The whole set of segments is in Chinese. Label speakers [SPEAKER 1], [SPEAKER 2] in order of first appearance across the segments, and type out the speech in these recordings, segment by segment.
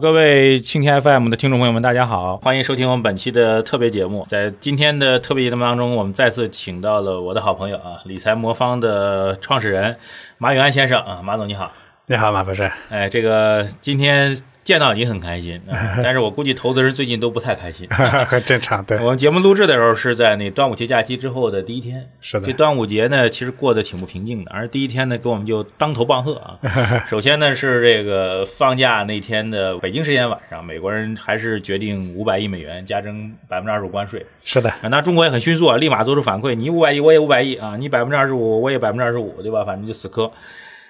[SPEAKER 1] 各位蜻蜓 FM 的听众朋友们，大家好，欢迎收听我们本期的特别节目。在今天的特别节目当中，我们再次请到了我的好朋友啊，理财魔方的创始人马永安先生啊，马总你好。
[SPEAKER 2] 你好，马博 士。
[SPEAKER 1] 哎，这个今天见到你很开心， 啊但是我估计投资人最近都不太开心。
[SPEAKER 2] 很正常，对，
[SPEAKER 1] 我们节目录制的时候是在那端午节假期之后的第一天，
[SPEAKER 2] 是的
[SPEAKER 1] 这端午节呢，其实过得挺不平静的，而第一天呢，给我们就当头棒喝啊。首先呢是这个放假那天的北京时间晚上，美国人还是决定五百亿美元加征百分之二十五关税，
[SPEAKER 2] 是的，
[SPEAKER 1] 啊，那中国也很迅速啊，立马做出反馈，你五百亿我也五百亿啊，你百分之二十五我也百分之二十五，对吧？反正就死磕。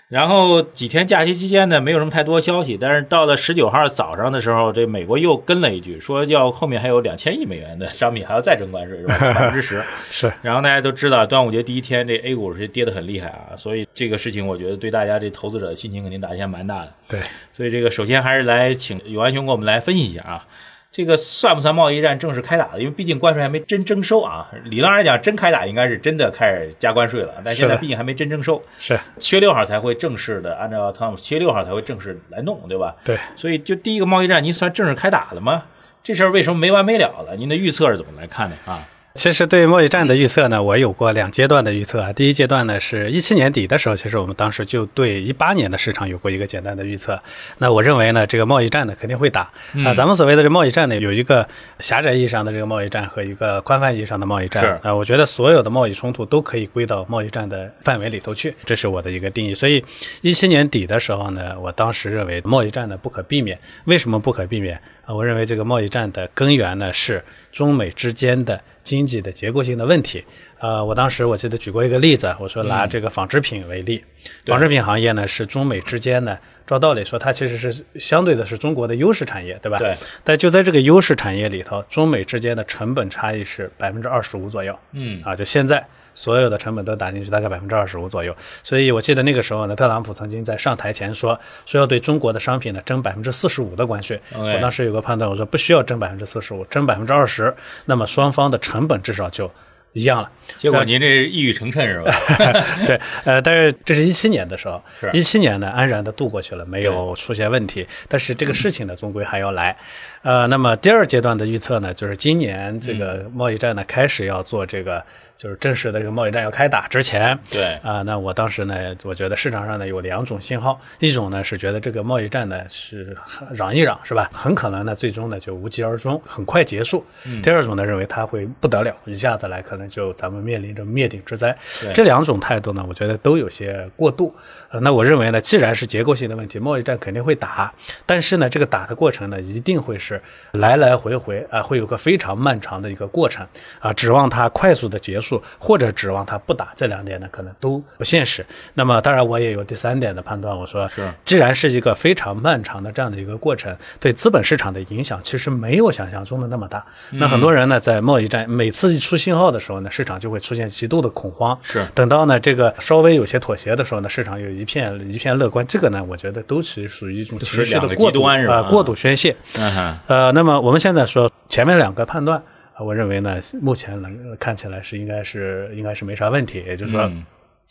[SPEAKER 1] 然后几天假期期间呢，没有什么太多消息，但是到了十九号早上的时候，这美国又跟了一句，说要后面还有两千亿美元的商品还要再征关税，是吧？百分之十。
[SPEAKER 2] 是
[SPEAKER 1] 然后大家都知道，端午节第一天这 A 股是跌得很厉害啊，所以这个事情我觉得对大家这投资者的心情肯定打击还蛮大的。
[SPEAKER 2] 对，
[SPEAKER 1] 所以这个首先还是来请永安兄给我们来分析一下啊，这个算不算贸易战正式开打了？因为毕竟关税还没真征收啊。理论上来讲，真开打应该是真的开始加关税了，但现在
[SPEAKER 2] 是的
[SPEAKER 1] 毕竟还没真征收，
[SPEAKER 2] 是，
[SPEAKER 1] 七月六号才会正式的按照特朗普七月六号才会正式来弄，对吧？
[SPEAKER 2] 对，
[SPEAKER 1] 所以就第一个贸易战，您算正式开打了吗？这事儿为什么没完没了了？您的预测是怎么来看的啊？
[SPEAKER 2] 其实对贸易战的预测呢，我有过两阶段的预测啊。第一阶段呢是一七年底的时候，其实我们当时就对一八年的市场有过一个简单的预测。那我认为呢，这个贸易战呢肯定会打。
[SPEAKER 1] 嗯
[SPEAKER 2] 啊，咱们所谓的这贸易战呢，有一个狭窄意义上的这个贸易战和一个宽泛意义上的贸易战
[SPEAKER 1] 是。
[SPEAKER 2] 啊，我觉得所有的贸易冲突都可以归到贸易战的范围里头去，这是我的一个定义。所以一七年底的时候呢，我当时认为贸易战呢不可避免。为什么不可避免？啊，我认为这个贸易战的根源呢是中美之间的经济的结构性的问题。呃，我当时我记得举过一个例子，我说拿这个纺织品为例，纺织品行业呢是中美之间呢，照道理说它其实是相对的是中国的优势产业，对吧？
[SPEAKER 1] 对。
[SPEAKER 2] 但就在这个优势产业里头，中美之间的成本差异是百分之二十五左右。
[SPEAKER 1] 嗯
[SPEAKER 2] 啊，就现在所有的成本都打进去，大概百分之二十五左右。所以我记得那个时候呢，特朗普曾经在上台前说，说要对中国的商品呢征百分之四十五的关税。
[SPEAKER 1] OK
[SPEAKER 2] 我当时有个判断，我说不需要征百分之四十五，征百分之二十，那么双方的成本至少就一样了。
[SPEAKER 1] 结
[SPEAKER 2] 啊
[SPEAKER 1] 果您这一语成谶是吧？
[SPEAKER 2] 对，呃，但是这是一七年的时候
[SPEAKER 1] 是，
[SPEAKER 2] 一七年呢安然的度过去了，没有出现问题。但是这个事情呢，终归还要来。呃，那么第二阶段的预测呢，就是今年这个
[SPEAKER 1] 嗯
[SPEAKER 2] 贸易战呢、开始要做这个，就是正式的这个贸易战要开打之前，
[SPEAKER 1] 对，
[SPEAKER 2] 啊、那我当时呢，我觉得市场上呢有两种信号，一种呢是觉得这个贸易战呢是嚷一嚷，是吧？很可能呢最终呢就无疾而终，很快结束。第二种呢认为它会不得了，一下子来可能就咱们面临着灭顶之灾
[SPEAKER 1] 对。
[SPEAKER 2] 这两种态度呢，我觉得都有些过度。呃，那我认为呢，既然是结构性的问题，贸易战肯定会打，但是呢，这个打的过程呢，一定会是来来回回啊、会有个非常漫长的一个过程啊、指望它快速的结束，或者指望它不打，这两点呢，可能都不现实。那么，当然我也有第三点的判断，我说
[SPEAKER 1] 是
[SPEAKER 2] 既然是一个非常漫长的这样的一个过程，对资本市场的影响其实没有想象中的那么大。
[SPEAKER 1] 嗯
[SPEAKER 2] 那很多人呢，在贸易战每次一出信号的时候呢，市场就会出现极度的恐慌。
[SPEAKER 1] 是
[SPEAKER 2] 等到呢这个稍微有些妥协的时候呢，市场有一片一片乐观。这个呢，我觉得都是属于一种情绪
[SPEAKER 1] 两
[SPEAKER 2] 的
[SPEAKER 1] 个
[SPEAKER 2] 过
[SPEAKER 1] 极
[SPEAKER 2] 度
[SPEAKER 1] 端是吧
[SPEAKER 2] 啊、过度宣泄。
[SPEAKER 1] 嗯哼，
[SPEAKER 2] 呃，那么我们现在说前面两个判断，啊我认为呢，目前能看起来是应该是应该是没啥问题，也就是说。
[SPEAKER 1] 嗯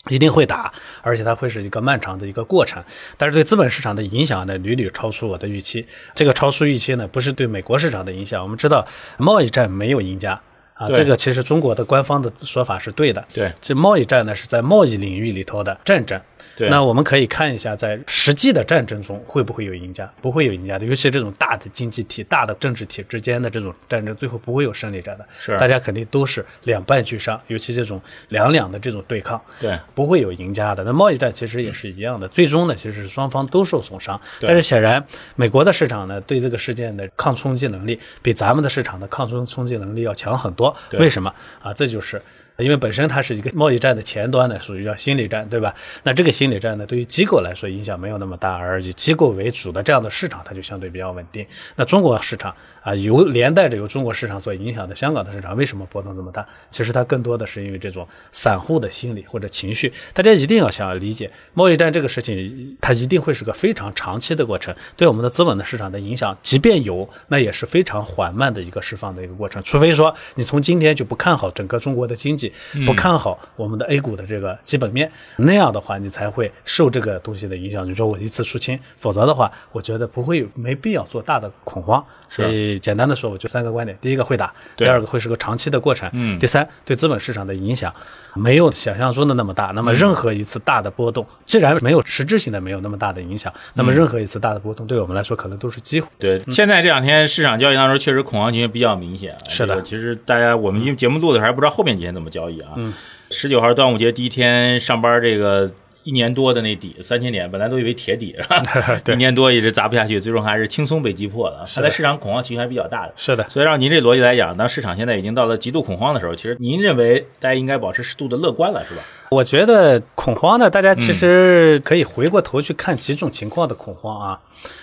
[SPEAKER 2] 一定会打，而且它会是一个漫长的一个过程，但是对资本市场的影响呢，屡屡超出我的预期。这个超出预期呢，不是对美国市场的影响。我们知道，贸易战没有赢家啊，
[SPEAKER 1] 对
[SPEAKER 2] 这个其实中国的官方的说法是对的。
[SPEAKER 1] 对
[SPEAKER 2] 这贸易战呢是在贸易领域里头的战争。
[SPEAKER 1] 对
[SPEAKER 2] 那我们可以看一下，在实际的战争中会不会有赢家？不会有赢家的，尤其这种大的经济体、大的政治体之间的这种战争，最后不会有胜利者的。
[SPEAKER 1] 是
[SPEAKER 2] 大家肯定都是两败俱伤，尤其这种两两的这种对抗，
[SPEAKER 1] 对，
[SPEAKER 2] 不会有赢家的。那贸易战其实也是一样的，最终呢，其实是双方都受损伤。
[SPEAKER 1] 对
[SPEAKER 2] 但是显然，美国的市场呢，对这个事件的抗冲击能力比咱们的市场的抗冲冲击能力要强很多。
[SPEAKER 1] 对
[SPEAKER 2] 为什么啊？这就是。因为本身它是一个贸易战的前端呢，属于叫心理战，对吧？那这个心理战呢，对于机构来说影响没有那么大，而以机构为主的这样的市场，它就相对比较稳定。那中国市场啊，由连带着由中国市场所影响的香港的市场，为什么波动这么大？其实它更多的是因为这种散户的心理或者情绪。大家一定要想要理解，贸易战这个事情，它一定会是个非常长期的过程，对我们的资本的市场的影响，即便有，那也是非常缓慢的一个释放的一个过程。除非说你从今天就不看好整个中国的经济。济，
[SPEAKER 1] 嗯
[SPEAKER 2] 不看好我们的 A 股的这个基本面，那样的话你才会受这个东西的影响。你说我一次出清，否则的话，我觉得不会有没必要做大的恐慌。所以简单的说，我就三个观点：第一个会打，第
[SPEAKER 1] 对
[SPEAKER 2] 二个会是个长期的过程，
[SPEAKER 1] 嗯
[SPEAKER 2] 第三对资本市场的影响没有想象中的那么大。
[SPEAKER 1] 嗯
[SPEAKER 2] 那么任何一次大的波动，既然没有实质性的没有那么大的影响，那
[SPEAKER 1] 嗯
[SPEAKER 2] 么任何一次大的波动对我们来说可能都是机会。
[SPEAKER 1] 对，现在这两天市场交易当中，确实恐慌情绪比较明显啊。
[SPEAKER 2] 是的
[SPEAKER 1] 这个其实大家我们因为节目录的时候还不知道后面几天怎么交易啊。嗯，十九号端午节第一天上班，这个一年多的那底三千点，本来都以为铁底是吧？ 一年多一直砸不下去，最终还是轻松被击破了。看来市场恐慌情绪还比较大的。
[SPEAKER 2] 是的，
[SPEAKER 1] 所以，让您这逻辑来讲，当市场现在已经到了极度恐慌的时候，其实您认为大家应该保持适度的乐观了，是吧？
[SPEAKER 2] 我觉得恐慌呢，大家
[SPEAKER 1] 嗯
[SPEAKER 2] 其实可以回过头去看几种情况的恐慌啊。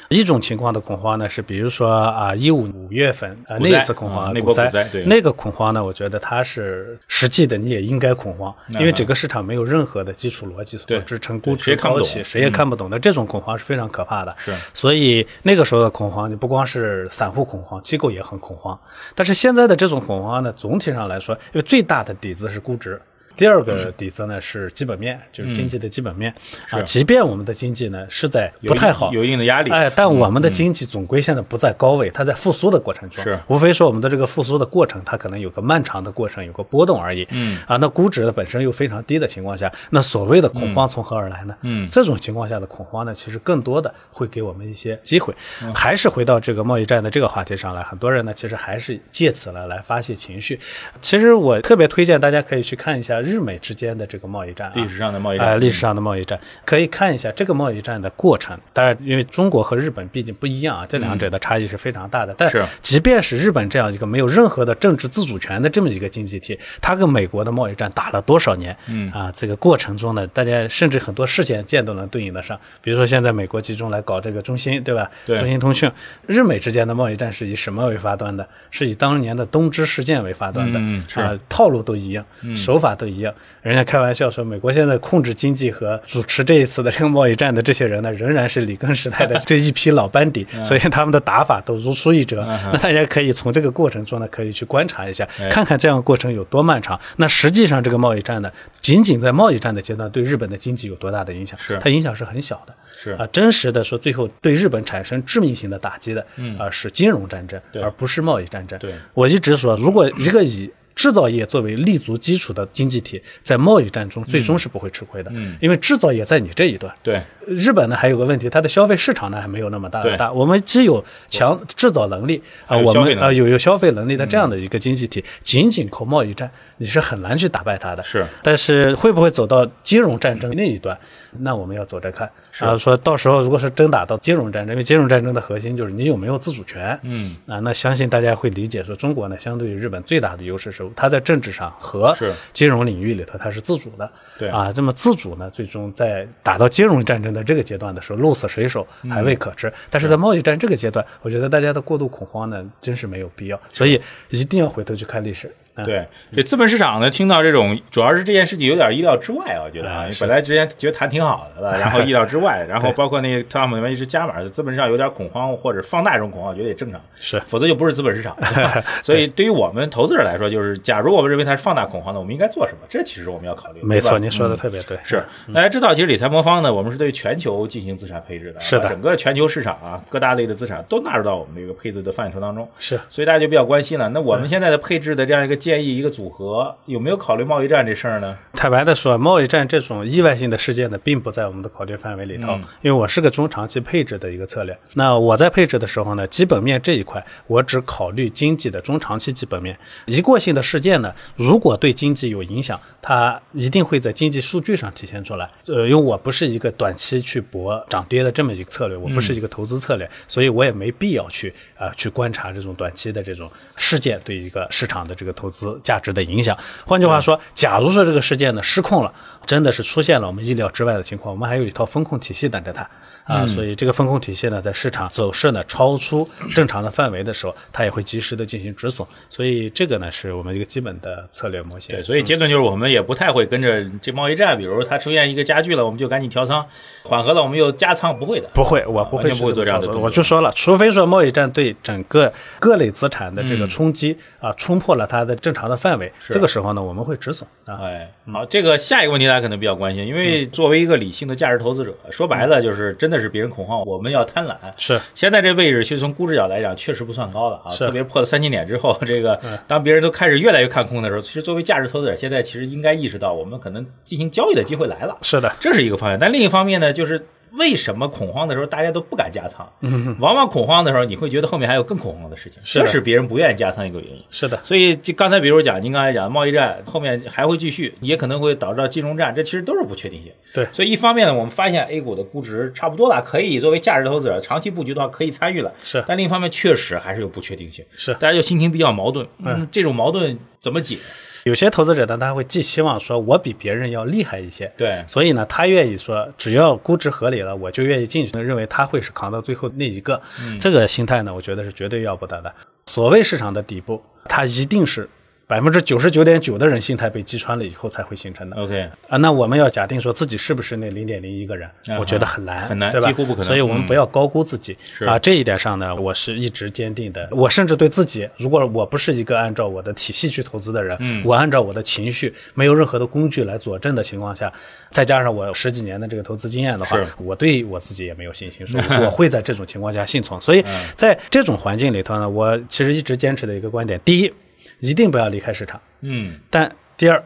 [SPEAKER 2] 一种情况的恐慌呢，是比如说啊，一五五月份啊、
[SPEAKER 1] 股
[SPEAKER 2] 那
[SPEAKER 1] 灾
[SPEAKER 2] 一次恐
[SPEAKER 1] 嗯
[SPEAKER 2] 慌，
[SPEAKER 1] 那
[SPEAKER 2] 股
[SPEAKER 1] 波
[SPEAKER 2] 灾
[SPEAKER 1] 股灾对
[SPEAKER 2] 那个恐慌呢，我觉得它是实际的，你也应该恐慌，因为
[SPEAKER 1] 嗯
[SPEAKER 2] 整个市场没有任何的基础逻辑所
[SPEAKER 1] 对
[SPEAKER 2] 支撑，
[SPEAKER 1] 对
[SPEAKER 2] 估
[SPEAKER 1] 谁也
[SPEAKER 2] 值
[SPEAKER 1] 看不
[SPEAKER 2] 高
[SPEAKER 1] 懂
[SPEAKER 2] 企，谁也看不懂的。这种恐慌是非常可怕的。
[SPEAKER 1] 嗯是
[SPEAKER 2] 所以那个时候的恐慌，你不光是散户恐慌，机构也很恐慌。但是现在的这种恐慌呢，总体上来说，因为最大的底子是估值。第二
[SPEAKER 1] 嗯
[SPEAKER 2] 个底子呢是基本面，就是经济的基本面、啊。即便我们的经济呢是在
[SPEAKER 1] 有
[SPEAKER 2] 不
[SPEAKER 1] 一
[SPEAKER 2] 太好，
[SPEAKER 1] 有一定的压力。嗯
[SPEAKER 2] 哎，但我们的经济总归现在不在高位，它在复苏的过程中，
[SPEAKER 1] 是
[SPEAKER 2] 无非说我们的这个复苏的过程，它可能有个漫长的过程，有个波动而已。
[SPEAKER 1] 嗯，
[SPEAKER 2] 啊，那估值的本身又非常低的情况下，那所谓的恐慌从何而来呢？
[SPEAKER 1] 嗯
[SPEAKER 2] 这种情况下的恐慌呢，其实更多的会给我们一些机会。
[SPEAKER 1] 嗯
[SPEAKER 2] 还是回到这个贸易战的这个话题上来，很多人呢其实还是借此呢来发泄情绪。其实我特别推荐大家可以去看一下日美之间的这个贸易战、啊，
[SPEAKER 1] 历史上的贸易
[SPEAKER 2] 呃，
[SPEAKER 1] 战，
[SPEAKER 2] 历史上的贸易战，可以看一下这个贸易战的过程。当然，因为中国和日本毕竟不一样啊，这两者的差异是非常大的。但
[SPEAKER 1] 嗯是
[SPEAKER 2] 即便是日本这样一个没有任何的政治自主权的这么一个经济体，它跟美国的贸易战打了多少年？
[SPEAKER 1] 嗯
[SPEAKER 2] 啊，这个过程中呢，大家甚至很多事件件都能对应得上。比如说现在美国集中来搞这个中兴，对吧？
[SPEAKER 1] 对
[SPEAKER 2] 中兴通讯，日美之间的贸易战是以什么为发端的？是以当年的东芝事件为发端的。
[SPEAKER 1] 嗯是嗯
[SPEAKER 2] 啊，套路都一样，手法都一样。人家开玩笑说，美国现在控制经济和主持这一次的这个贸易战的这些人呢，仍然是里根时代的这一批 老班底，所以他们的打法都如出一辙。
[SPEAKER 1] 嗯嗯哼
[SPEAKER 2] 那大家可以从这个过程中呢，可以去观察一下
[SPEAKER 1] 哎，
[SPEAKER 2] 看看这样的过程有多漫长。那实际上，这个贸易战呢，仅仅在贸易战的阶段，对日本的经济有多大的影响？
[SPEAKER 1] 是
[SPEAKER 2] 它影响是很小的。
[SPEAKER 1] 是
[SPEAKER 2] 啊，真实的说，最后对日本产生致命性的打击的，
[SPEAKER 1] 嗯
[SPEAKER 2] 啊，是金融战争，
[SPEAKER 1] 对
[SPEAKER 2] 而不是贸易战争。
[SPEAKER 1] 对
[SPEAKER 2] 我一直说，如果一个以制造业作为立足基础的经济体，在贸易战中最终是不会吃亏的，
[SPEAKER 1] 嗯
[SPEAKER 2] 因为制造业在你这一端。
[SPEAKER 1] 对，
[SPEAKER 2] 日本呢还有个问题，它的消费市场呢还没有那么大
[SPEAKER 1] 对
[SPEAKER 2] 大。我们既有强制造能力啊，
[SPEAKER 1] 还有
[SPEAKER 2] 我
[SPEAKER 1] 消费
[SPEAKER 2] 们
[SPEAKER 1] 能力嗯
[SPEAKER 2] 啊有有消费能力的这样的一个经济体，仅仅靠贸易战你是很难去打败它的。
[SPEAKER 1] 是
[SPEAKER 2] 但是会不会走到金融战争那一端，那我们要走着看。啊，说到时候如果是真打到金融战争，因为金融战争的核心就是你有没有自主权。
[SPEAKER 1] 嗯，
[SPEAKER 2] 啊，那相信大家会理解说，中国呢相对于日本最大的优势是，它在政治上和
[SPEAKER 1] 是
[SPEAKER 2] 金融领域里头它是自主的。
[SPEAKER 1] 对
[SPEAKER 2] 啊，这么自主呢，最终在打到金融战争的这个阶段的时候，鹿死谁手
[SPEAKER 1] 嗯
[SPEAKER 2] 还未可知。但是在贸易战这个阶段，我觉得大家的过度恐慌呢，真是没有必要，所以一定要回头去看历史。啊、
[SPEAKER 1] 对，这资本市场呢，听到这种，主要是这件事情有点意料之外啊，我觉得啊
[SPEAKER 2] 啊，
[SPEAKER 1] 因为
[SPEAKER 2] 是
[SPEAKER 1] 本来之前觉得谈挺好的了， 然后意料之外，然后包括那个特朗普那边一直加码，资本市场有点恐慌或者放大这种恐慌，我觉得也正常，
[SPEAKER 2] 是
[SPEAKER 1] 否则就不是资本市场。对 吧所以对于我们投资者来说，就是假如我们认为它是放大恐慌的，我们应该做什么？这其实我们要考虑。
[SPEAKER 2] 没
[SPEAKER 1] 对
[SPEAKER 2] 错，
[SPEAKER 1] 吧嗯
[SPEAKER 2] 您说的嗯特别对。
[SPEAKER 1] 是，大家知道，其实理财魔方呢，我们是对全球进行资产配置的啊，
[SPEAKER 2] 是的
[SPEAKER 1] 把整个全球市场啊，各大类的资产都纳入到我们这个配置的范畴当中。
[SPEAKER 2] 是
[SPEAKER 1] 所以大家就比较关心了。那我们现在的配置的这样一个建议、一个组合，有没有考虑贸易战这事儿呢？
[SPEAKER 2] 坦白的说，贸易战这种意外性的事件呢，并不在我们的考虑范围里头，
[SPEAKER 1] 嗯
[SPEAKER 2] 因为我是个中长期配置的一个策略。那我在配置的时候呢，基本面这一块，我只考虑经济的中长期基本面。一过性的事件呢，如果对经济有影响，它一定会在经济数据上体现出来。呃，因为我不是一个短期去搏涨跌的这么一个策略，我不是一个投资策略，所以我也没必要去啊、呃去观察这种短期的这种事件对一个市场的这个投资价值的影响。换句话说，假如说这个事件呢失控了，真的是出现了我们意料之外的情况，我们还有一套风控体系等着它啊。所以这个风控体系呢，在市场走势呢超出正常的范围的时候，它也会及时的进行止损。所以这个呢，是我们一个基本的策略模型。
[SPEAKER 1] 对，所以结论就是我们也不太会跟着这贸易战，比如它出现一个加剧了，我们就赶紧调仓，缓和了我们又加仓，不会的。
[SPEAKER 2] 不会，我不
[SPEAKER 1] 啊完
[SPEAKER 2] 会
[SPEAKER 1] 全
[SPEAKER 2] 去
[SPEAKER 1] 不会做这样的
[SPEAKER 2] 么操
[SPEAKER 1] 动
[SPEAKER 2] 作
[SPEAKER 1] 作
[SPEAKER 2] 我就说了，除非说贸易战对整个各类资产的这个冲击、啊，冲破了它的正常的范围。
[SPEAKER 1] 嗯是
[SPEAKER 2] 这个时候呢，我们会止损啊。
[SPEAKER 1] 哎，好，这个下一个问题大家可能比较关心，因为作为一个理性的价值投资者，说白了就是真的是别人恐慌，我们要贪婪。
[SPEAKER 2] 是
[SPEAKER 1] 现在这位置，其实从估值角来讲，确实不算高的啊。
[SPEAKER 2] 是
[SPEAKER 1] 特别破了三千点之后， 这个当别人都开始越来越看空的时候，其实作为价值投资者，现在其实应该意识到，我们可能进行交易的机会来了。
[SPEAKER 2] 是的，
[SPEAKER 1] 这是一个方面。但另一方面呢，就是为什么恐慌的时候大家都不敢加仓？往往恐慌的时候，你会觉得后面还有更恐慌的事情，
[SPEAKER 2] 嗯是
[SPEAKER 1] 这
[SPEAKER 2] 的
[SPEAKER 1] 是别人不愿意加仓一个原因。
[SPEAKER 2] 是的，
[SPEAKER 1] 所以就刚才比如讲，您啊刚才讲的贸易战后面还会继续，也可能会导致到金融战，这其实都是不确定性。
[SPEAKER 2] 对
[SPEAKER 1] 所以一方面呢，我们发现 A 股的估值差不多了，可以作为价值投资者长期布局的话可以参与了。
[SPEAKER 2] 是
[SPEAKER 1] 但另一方面确实还是有不确定性，
[SPEAKER 2] 是
[SPEAKER 1] 大家就心情比较矛盾。嗯，这种矛盾怎么解？
[SPEAKER 2] 有些投资者呢，他会寄希望说，我比别人要厉害一些。
[SPEAKER 1] 对
[SPEAKER 2] 所以呢，他愿意说，只要估值合理了，我就愿意进去，认为他会是扛到最后那一个。
[SPEAKER 1] 嗯
[SPEAKER 2] 这个心态呢，我觉得是绝对要不得的。所谓市场的底部，它一定是百分之九十九点九的人心态被击穿了以后才会形成的。
[SPEAKER 1] ，OK，
[SPEAKER 2] 啊，那我们要假定说自己是不是那零点零一个人
[SPEAKER 1] 啊，
[SPEAKER 2] 我觉得很难，
[SPEAKER 1] 很难
[SPEAKER 2] 对吧？
[SPEAKER 1] 几乎不可能嗯
[SPEAKER 2] 所以我们不要高估自己、啊。这一点上呢，我是一直坚定的。我甚至对自己，如果我不是一个按照我的体系去投资的人，
[SPEAKER 1] 嗯
[SPEAKER 2] 我按照我的情绪，没有任何的工具来佐证的情况下，再加上我十几年的这个投资经验的话
[SPEAKER 1] 是，
[SPEAKER 2] 我对我自己也没有信心， 说我会在这种情况下信从。所以
[SPEAKER 1] 嗯
[SPEAKER 2] 在这种环境里头呢，我其实一直坚持的一个观点：第一，一定不要离开市场。
[SPEAKER 1] 嗯
[SPEAKER 2] 但第二，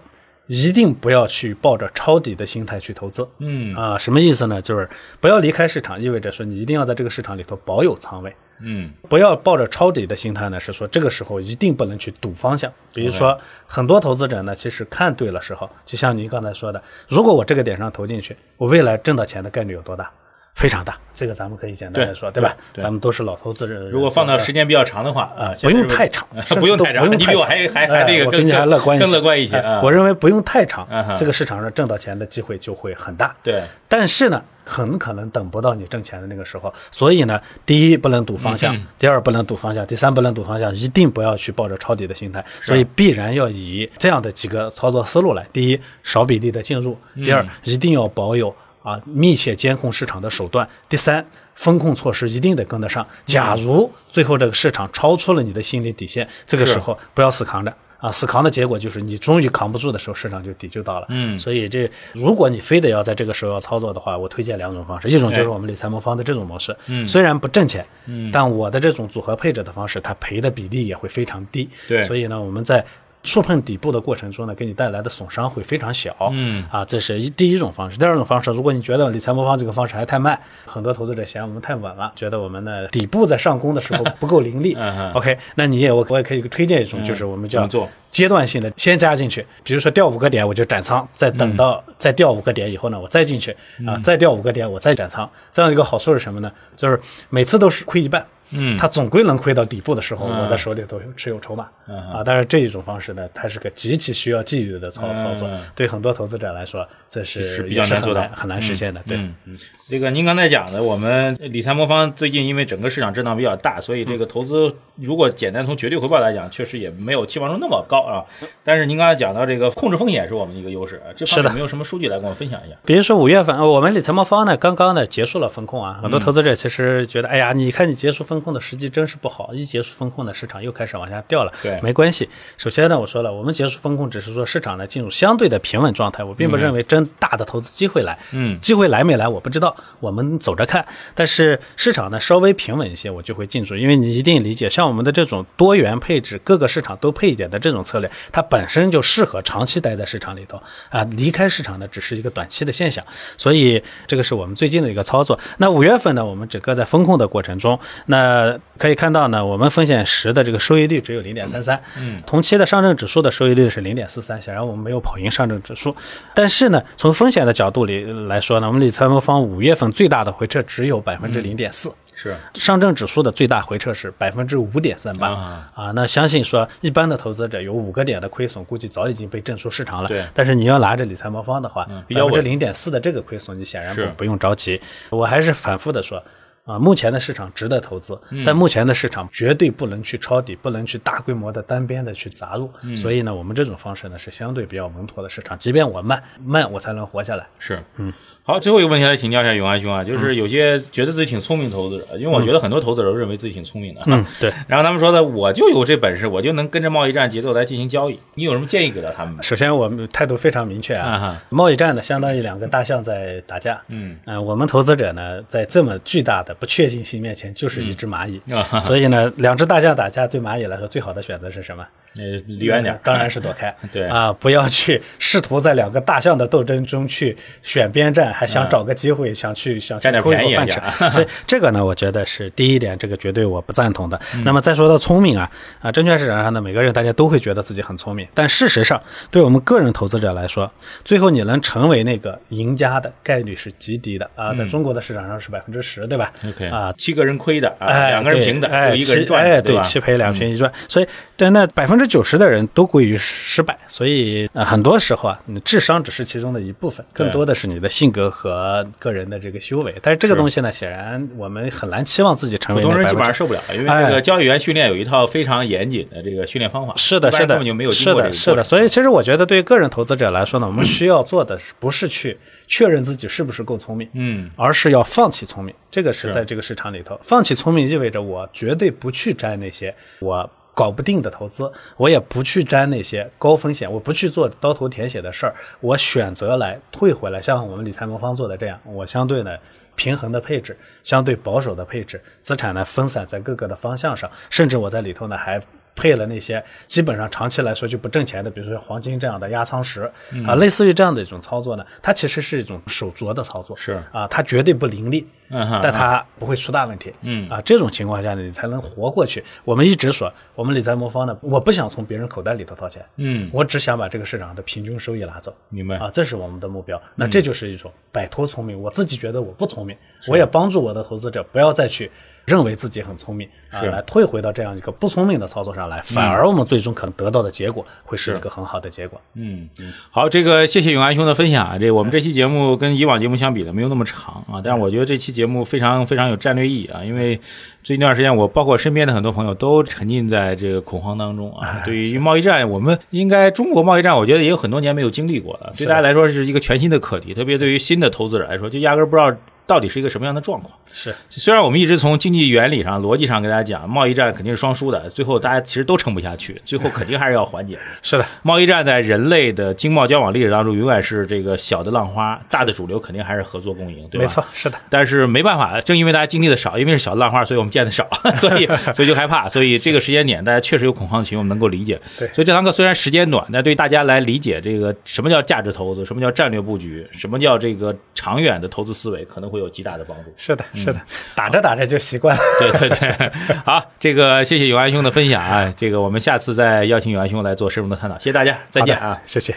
[SPEAKER 2] 一定不要去抱着抄底的心态去投资。
[SPEAKER 1] 嗯
[SPEAKER 2] 啊，什么意思呢？就是不要离开市场，意味着说你一定要在这个市场里头保有仓位。
[SPEAKER 1] 嗯，
[SPEAKER 2] 不要抱着抄底的心态呢，是说这个时候一定不能去赌方向。比如说，很多投资者呢，其实看对了时候，就像您刚才说的，如果我这个点上投进去，我未来挣到钱的概率有多大？非常大，这个咱们可以简单的说，
[SPEAKER 1] 对
[SPEAKER 2] 对吧？
[SPEAKER 1] 对对
[SPEAKER 2] 咱们都是老投资人，
[SPEAKER 1] 如果放到时间比较长的话
[SPEAKER 2] 啊，
[SPEAKER 1] 现
[SPEAKER 2] 不
[SPEAKER 1] 在
[SPEAKER 2] 用
[SPEAKER 1] 是，
[SPEAKER 2] 太长甚
[SPEAKER 1] 不
[SPEAKER 2] 至
[SPEAKER 1] 用
[SPEAKER 2] 都
[SPEAKER 1] 太长，
[SPEAKER 2] 不用
[SPEAKER 1] 你比我
[SPEAKER 2] 太
[SPEAKER 1] 还还
[SPEAKER 2] 哎
[SPEAKER 1] 还那个
[SPEAKER 2] 我
[SPEAKER 1] 更
[SPEAKER 2] 比你还乐观一些，
[SPEAKER 1] 更乐观一些
[SPEAKER 2] 哎
[SPEAKER 1] 啊。
[SPEAKER 2] 我认为不用太长
[SPEAKER 1] 嗯哼，
[SPEAKER 2] 这个市场上挣到钱的机会就会很大。
[SPEAKER 1] 对
[SPEAKER 2] 但是呢，很可能等不到你挣钱的那个时候，所以呢，第一不能赌方
[SPEAKER 1] 嗯
[SPEAKER 2] 向，第二不能赌方向，第三不能赌方向，一定不要去抱着抄底的心态，所以必然要以这样的几个操作思路来：第一，少比例的进入；
[SPEAKER 1] 嗯
[SPEAKER 2] 第二，一定要保有啊密切监控市场的手段；第三。风控措施一定得跟
[SPEAKER 1] 嗯
[SPEAKER 2] 得上。假如最后这个市场超出了你的心理底线，这个
[SPEAKER 1] 是
[SPEAKER 2] 时候不要死扛着啊！死扛的结果就是你终于扛不住的时候，市场就底就到了。
[SPEAKER 1] 嗯
[SPEAKER 2] 所以这如果你非得要在这个时候要操作的话，我推荐两种方式，一种就是
[SPEAKER 1] 哎
[SPEAKER 2] 我们理财魔方的这种模式，
[SPEAKER 1] 嗯
[SPEAKER 2] 虽然不挣钱，
[SPEAKER 1] 嗯
[SPEAKER 2] 但我的这种组合配置的方式，它赔的比例也会非常低。
[SPEAKER 1] 对
[SPEAKER 2] 所以呢，我们在触碰底部的过程中呢，给你带来的损伤会非常小。
[SPEAKER 1] 嗯
[SPEAKER 2] 啊，这是一第一种方式。第二种方式，如果你觉得理财魔方这个方式还太慢，很多投资者嫌我们太稳了，觉得我们呢底部在上攻的时候不够凌厉。
[SPEAKER 1] 嗯嗯
[SPEAKER 2] OK，那你也我我也可以推荐一种，就是我们
[SPEAKER 1] 怎么
[SPEAKER 2] 叫
[SPEAKER 1] 做
[SPEAKER 2] 阶段性的先加进去，比如说掉五个点我就斩仓，再等到
[SPEAKER 1] 嗯
[SPEAKER 2] 再掉五个点以后呢，我再进去啊，再掉五个点我再斩仓。这样一个好处是什么呢？就是每次都是亏一半。
[SPEAKER 1] 嗯
[SPEAKER 2] 它总归能亏到底部的时候，
[SPEAKER 1] 嗯
[SPEAKER 2] 我在手里头有持有筹码
[SPEAKER 1] 嗯嗯
[SPEAKER 2] 啊。但是这一种方式呢，它是个极其需要纪律的操操作
[SPEAKER 1] 嗯，
[SPEAKER 2] 对很多投资者来说，这是
[SPEAKER 1] 是比
[SPEAKER 2] 也
[SPEAKER 1] 较
[SPEAKER 2] 是
[SPEAKER 1] 难
[SPEAKER 2] 很
[SPEAKER 1] 做到，
[SPEAKER 2] 很难实现的。对，
[SPEAKER 1] 嗯，嗯这个您刚才讲的，我们理财魔方最近因为整个市场震荡比较大，所以这
[SPEAKER 2] 嗯
[SPEAKER 1] 个投资如果简单从绝对回报来讲，确实也没有期望中那么高啊。但是您刚才讲到这个控制风险是我们的一个优势啊，这
[SPEAKER 2] 是
[SPEAKER 1] 方
[SPEAKER 2] 的
[SPEAKER 1] 面有没有什么数据来跟我们分享一下？
[SPEAKER 2] 比如说五月份，呃我们理财魔方呢刚刚呢结束了风控啊，很多投资者其实觉得，哎呀，你看你结束风控的时机真是不好，一结束风控呢，市场又开始往下掉了。
[SPEAKER 1] 对
[SPEAKER 2] 没关系。首先呢，我说了，我们结束风控只是说市场呢进入相对的平稳状态，我并不认为真大的投资机会来。
[SPEAKER 1] 嗯
[SPEAKER 2] 机会来没来我不知道，我们走着看。但是市场呢稍微平稳一些，我就会进驻，因为你一定理解，像我们的这种多元配置，各个市场都配一点的这种策略，它本身就适合长期待在市场里头啊，离开市场呢只是一个短期的现象。所以这个是我们最近的一个操作。那五月份呢，我们整个在风控的过程中，那可以看到呢，我们风险十的这个收益率只有零点三三，
[SPEAKER 1] 嗯，
[SPEAKER 2] 同期的上证指数的收益率是零点四三，显然我们没有跑赢上证指数。但是呢，从风险的角度里来说呢，我们理财魔方五月份最大的回撤只有百分之零点四，
[SPEAKER 1] 是
[SPEAKER 2] 上证指数的最大回撤是百分之五点三八
[SPEAKER 1] 啊
[SPEAKER 2] 啊。那相信说一般的投资者有五个点的亏损，估计早已经被震出市场了。
[SPEAKER 1] 对
[SPEAKER 2] 但是你要拿着理财魔方的话
[SPEAKER 1] 嗯，比
[SPEAKER 2] 百
[SPEAKER 1] 较
[SPEAKER 2] 分之
[SPEAKER 1] 稳
[SPEAKER 2] 零点四的这个亏损，你显然不
[SPEAKER 1] 是
[SPEAKER 2] 不用着急。我还是反复的说。啊，目前的市场值得投资，
[SPEAKER 1] 嗯
[SPEAKER 2] 但目前的市场绝对不能去抄底，不能去大规模的单边的去砸入。
[SPEAKER 1] 嗯
[SPEAKER 2] 所以呢，我们这种方式呢是相对比较稳妥的市场，即便我慢慢，我才能活下来。
[SPEAKER 1] 是，嗯，好，最后一个问题来请教一下永安兄啊，
[SPEAKER 2] 嗯
[SPEAKER 1] 就是有些觉得自己挺聪明的投资者，因为我觉得很多投资者都认为自己挺聪明的，
[SPEAKER 2] 嗯，对。
[SPEAKER 1] 然后他们说的，我就有这本事，我就能跟着贸易战节奏来进行交易，你有什么建议给到他们吗？
[SPEAKER 2] 嗯首先，我们态度非常明确
[SPEAKER 1] 啊
[SPEAKER 2] 啊。
[SPEAKER 1] 哈，
[SPEAKER 2] 贸易战呢，相当于两个大象在打架。
[SPEAKER 1] 嗯
[SPEAKER 2] 呃我们投资者呢，在这么巨大的不确定性面前，就是一只蚂蚁。
[SPEAKER 1] 啊哈，
[SPEAKER 2] 所以呢，两只大象打架，对蚂蚁来说最好的选择是什么？
[SPEAKER 1] 呃，离远点儿，。
[SPEAKER 2] 当然是躲开
[SPEAKER 1] 对
[SPEAKER 2] 啊，不要去试图在两个大象的斗争中去选边站，还想找个机会、想去想去
[SPEAKER 1] 嗯占点
[SPEAKER 2] 抠一
[SPEAKER 1] 便宜
[SPEAKER 2] 口饭
[SPEAKER 1] 也
[SPEAKER 2] 吃。 所以这个呢，我觉得是第一点，这个绝对我不赞同的。
[SPEAKER 1] 嗯
[SPEAKER 2] 那么再说到聪明啊，啊，证券市场上呢，每个人大家都会觉得自己很聪明，但事实上，对我们个人投资者来说，最后你能成为那个赢家的概率是极低的啊，在中国的市场上是百分之十，对吧
[SPEAKER 1] 嗯 OK
[SPEAKER 2] 啊，
[SPEAKER 1] 七个人亏的啊，
[SPEAKER 2] 哎，
[SPEAKER 1] 两个人
[SPEAKER 2] 对
[SPEAKER 1] 平的，
[SPEAKER 2] 哎，
[SPEAKER 1] 就一个人
[SPEAKER 2] 七
[SPEAKER 1] 赚
[SPEAKER 2] 哎，
[SPEAKER 1] 的，
[SPEAKER 2] 对，
[SPEAKER 1] 吧？嗯
[SPEAKER 2] 七赔两平一赚。所以，但那百分之九十的人都归于失败，所以、呃、很多时候啊，你智商只是其中的一部分，更
[SPEAKER 1] 对
[SPEAKER 2] 多的是你的性格和个人的这个修为。但是这个东西呢，显然我们很难期望自己成
[SPEAKER 1] 普
[SPEAKER 2] 为
[SPEAKER 1] 通
[SPEAKER 2] 那
[SPEAKER 1] 人
[SPEAKER 2] 百
[SPEAKER 1] 基本上
[SPEAKER 2] 分之。
[SPEAKER 1] 受不了，因为这个交易员训练有一套非常严谨的这个训练方法，
[SPEAKER 2] 哎是
[SPEAKER 1] 一
[SPEAKER 2] 的，
[SPEAKER 1] 般
[SPEAKER 2] 是的，
[SPEAKER 1] 根本就没有经
[SPEAKER 2] 是
[SPEAKER 1] 过这
[SPEAKER 2] 的，
[SPEAKER 1] 个
[SPEAKER 2] 是的。
[SPEAKER 1] 过程
[SPEAKER 2] 所以，其实我觉得，对于个人投资者来说呢，我们需要做的是不是去确认自己是不是够聪明，
[SPEAKER 1] 嗯，
[SPEAKER 2] 而是要放弃聪明。这个是
[SPEAKER 1] 是
[SPEAKER 2] 在这个市场里头，放弃聪明意味着我绝对不去沾那些我搞不定的投资，我也不去沾那些高风险，我不去做刀头舔血的事儿，我选择来退回来，像我们理财魔方做的这样，我相对呢。平衡的配置，相对保守的配置，资产呢分散在各个的方向上，甚至我在里头呢还配了那些基本上长期来说就不挣钱的，比如说黄金这样的压仓石、
[SPEAKER 1] 嗯
[SPEAKER 2] 啊，类似于这样的一种操作呢，它其实是一种手镯的操作，
[SPEAKER 1] 是
[SPEAKER 2] 啊，它绝对不凌厉，
[SPEAKER 1] 嗯哼
[SPEAKER 2] 但它不会出大问题，
[SPEAKER 1] 嗯
[SPEAKER 2] 啊，这种情况下呢，你才能活过去。我们一直说，我们理财魔方呢，我不想从别人口袋里头掏钱，
[SPEAKER 1] 嗯
[SPEAKER 2] 我只想把这个市场的平均收益拿走，
[SPEAKER 1] 明白嗯
[SPEAKER 2] 啊，这是我们的目标。那这就是一种摆脱聪明。我自己觉得我不聪明，我也帮助我的投资者不要再去认为自己很聪明啊，
[SPEAKER 1] 是嗯
[SPEAKER 2] 来退回到这样一个不聪明的操作上来，反而我们最终可能得到的结果会是
[SPEAKER 1] 是
[SPEAKER 2] 一个很好的结果。
[SPEAKER 1] 嗯，好，这个谢谢永安兄的分享啊。这我们这期节目跟以往节目相比呢，没有那么长啊，但是我觉得这期节目非常非常有战略意义啊，因为最近一段时间我包括身边的很多朋友都沉浸在这个恐慌当中啊。对于贸易战，我们应该中国贸易战，我觉得也有很多年没有经历过了，对大家来说是一个全新的课题，特别对于新的投资者来说，就压根儿不知道到底是一个什么样的状况。
[SPEAKER 2] 是
[SPEAKER 1] 虽然我们一直从经济原理上、逻辑上跟大家讲，贸易战肯定是双输的，最后大家其实都撑不下去，最后肯定还是要缓解。
[SPEAKER 2] 是的，
[SPEAKER 1] 贸易战在人类的经贸交往历史当中，永远是这个小的浪花，大的主流肯定还是合作共赢，对吧？
[SPEAKER 2] 没错，是的。
[SPEAKER 1] 但是没办法，正因为大家经历的少，因为是小浪花，所以我们见的 少，所以所以就害怕，所以这个时间点大家确实有恐慌情，我们能够理解。
[SPEAKER 2] 对
[SPEAKER 1] 所以这堂课虽然时间短，但对于大家来理解这个什么叫价值投资，什么叫战略布局，什么叫这个长远的投资思维，可能会有极大的帮 助。
[SPEAKER 2] 是的，是的，打着打着就习惯了。
[SPEAKER 1] 对对对，好，这个谢谢永安兄的分享啊，这个我们下次再邀请永安兄来做深入的探讨，谢谢大家，再见
[SPEAKER 2] 好的
[SPEAKER 1] 啊。
[SPEAKER 2] 谢谢。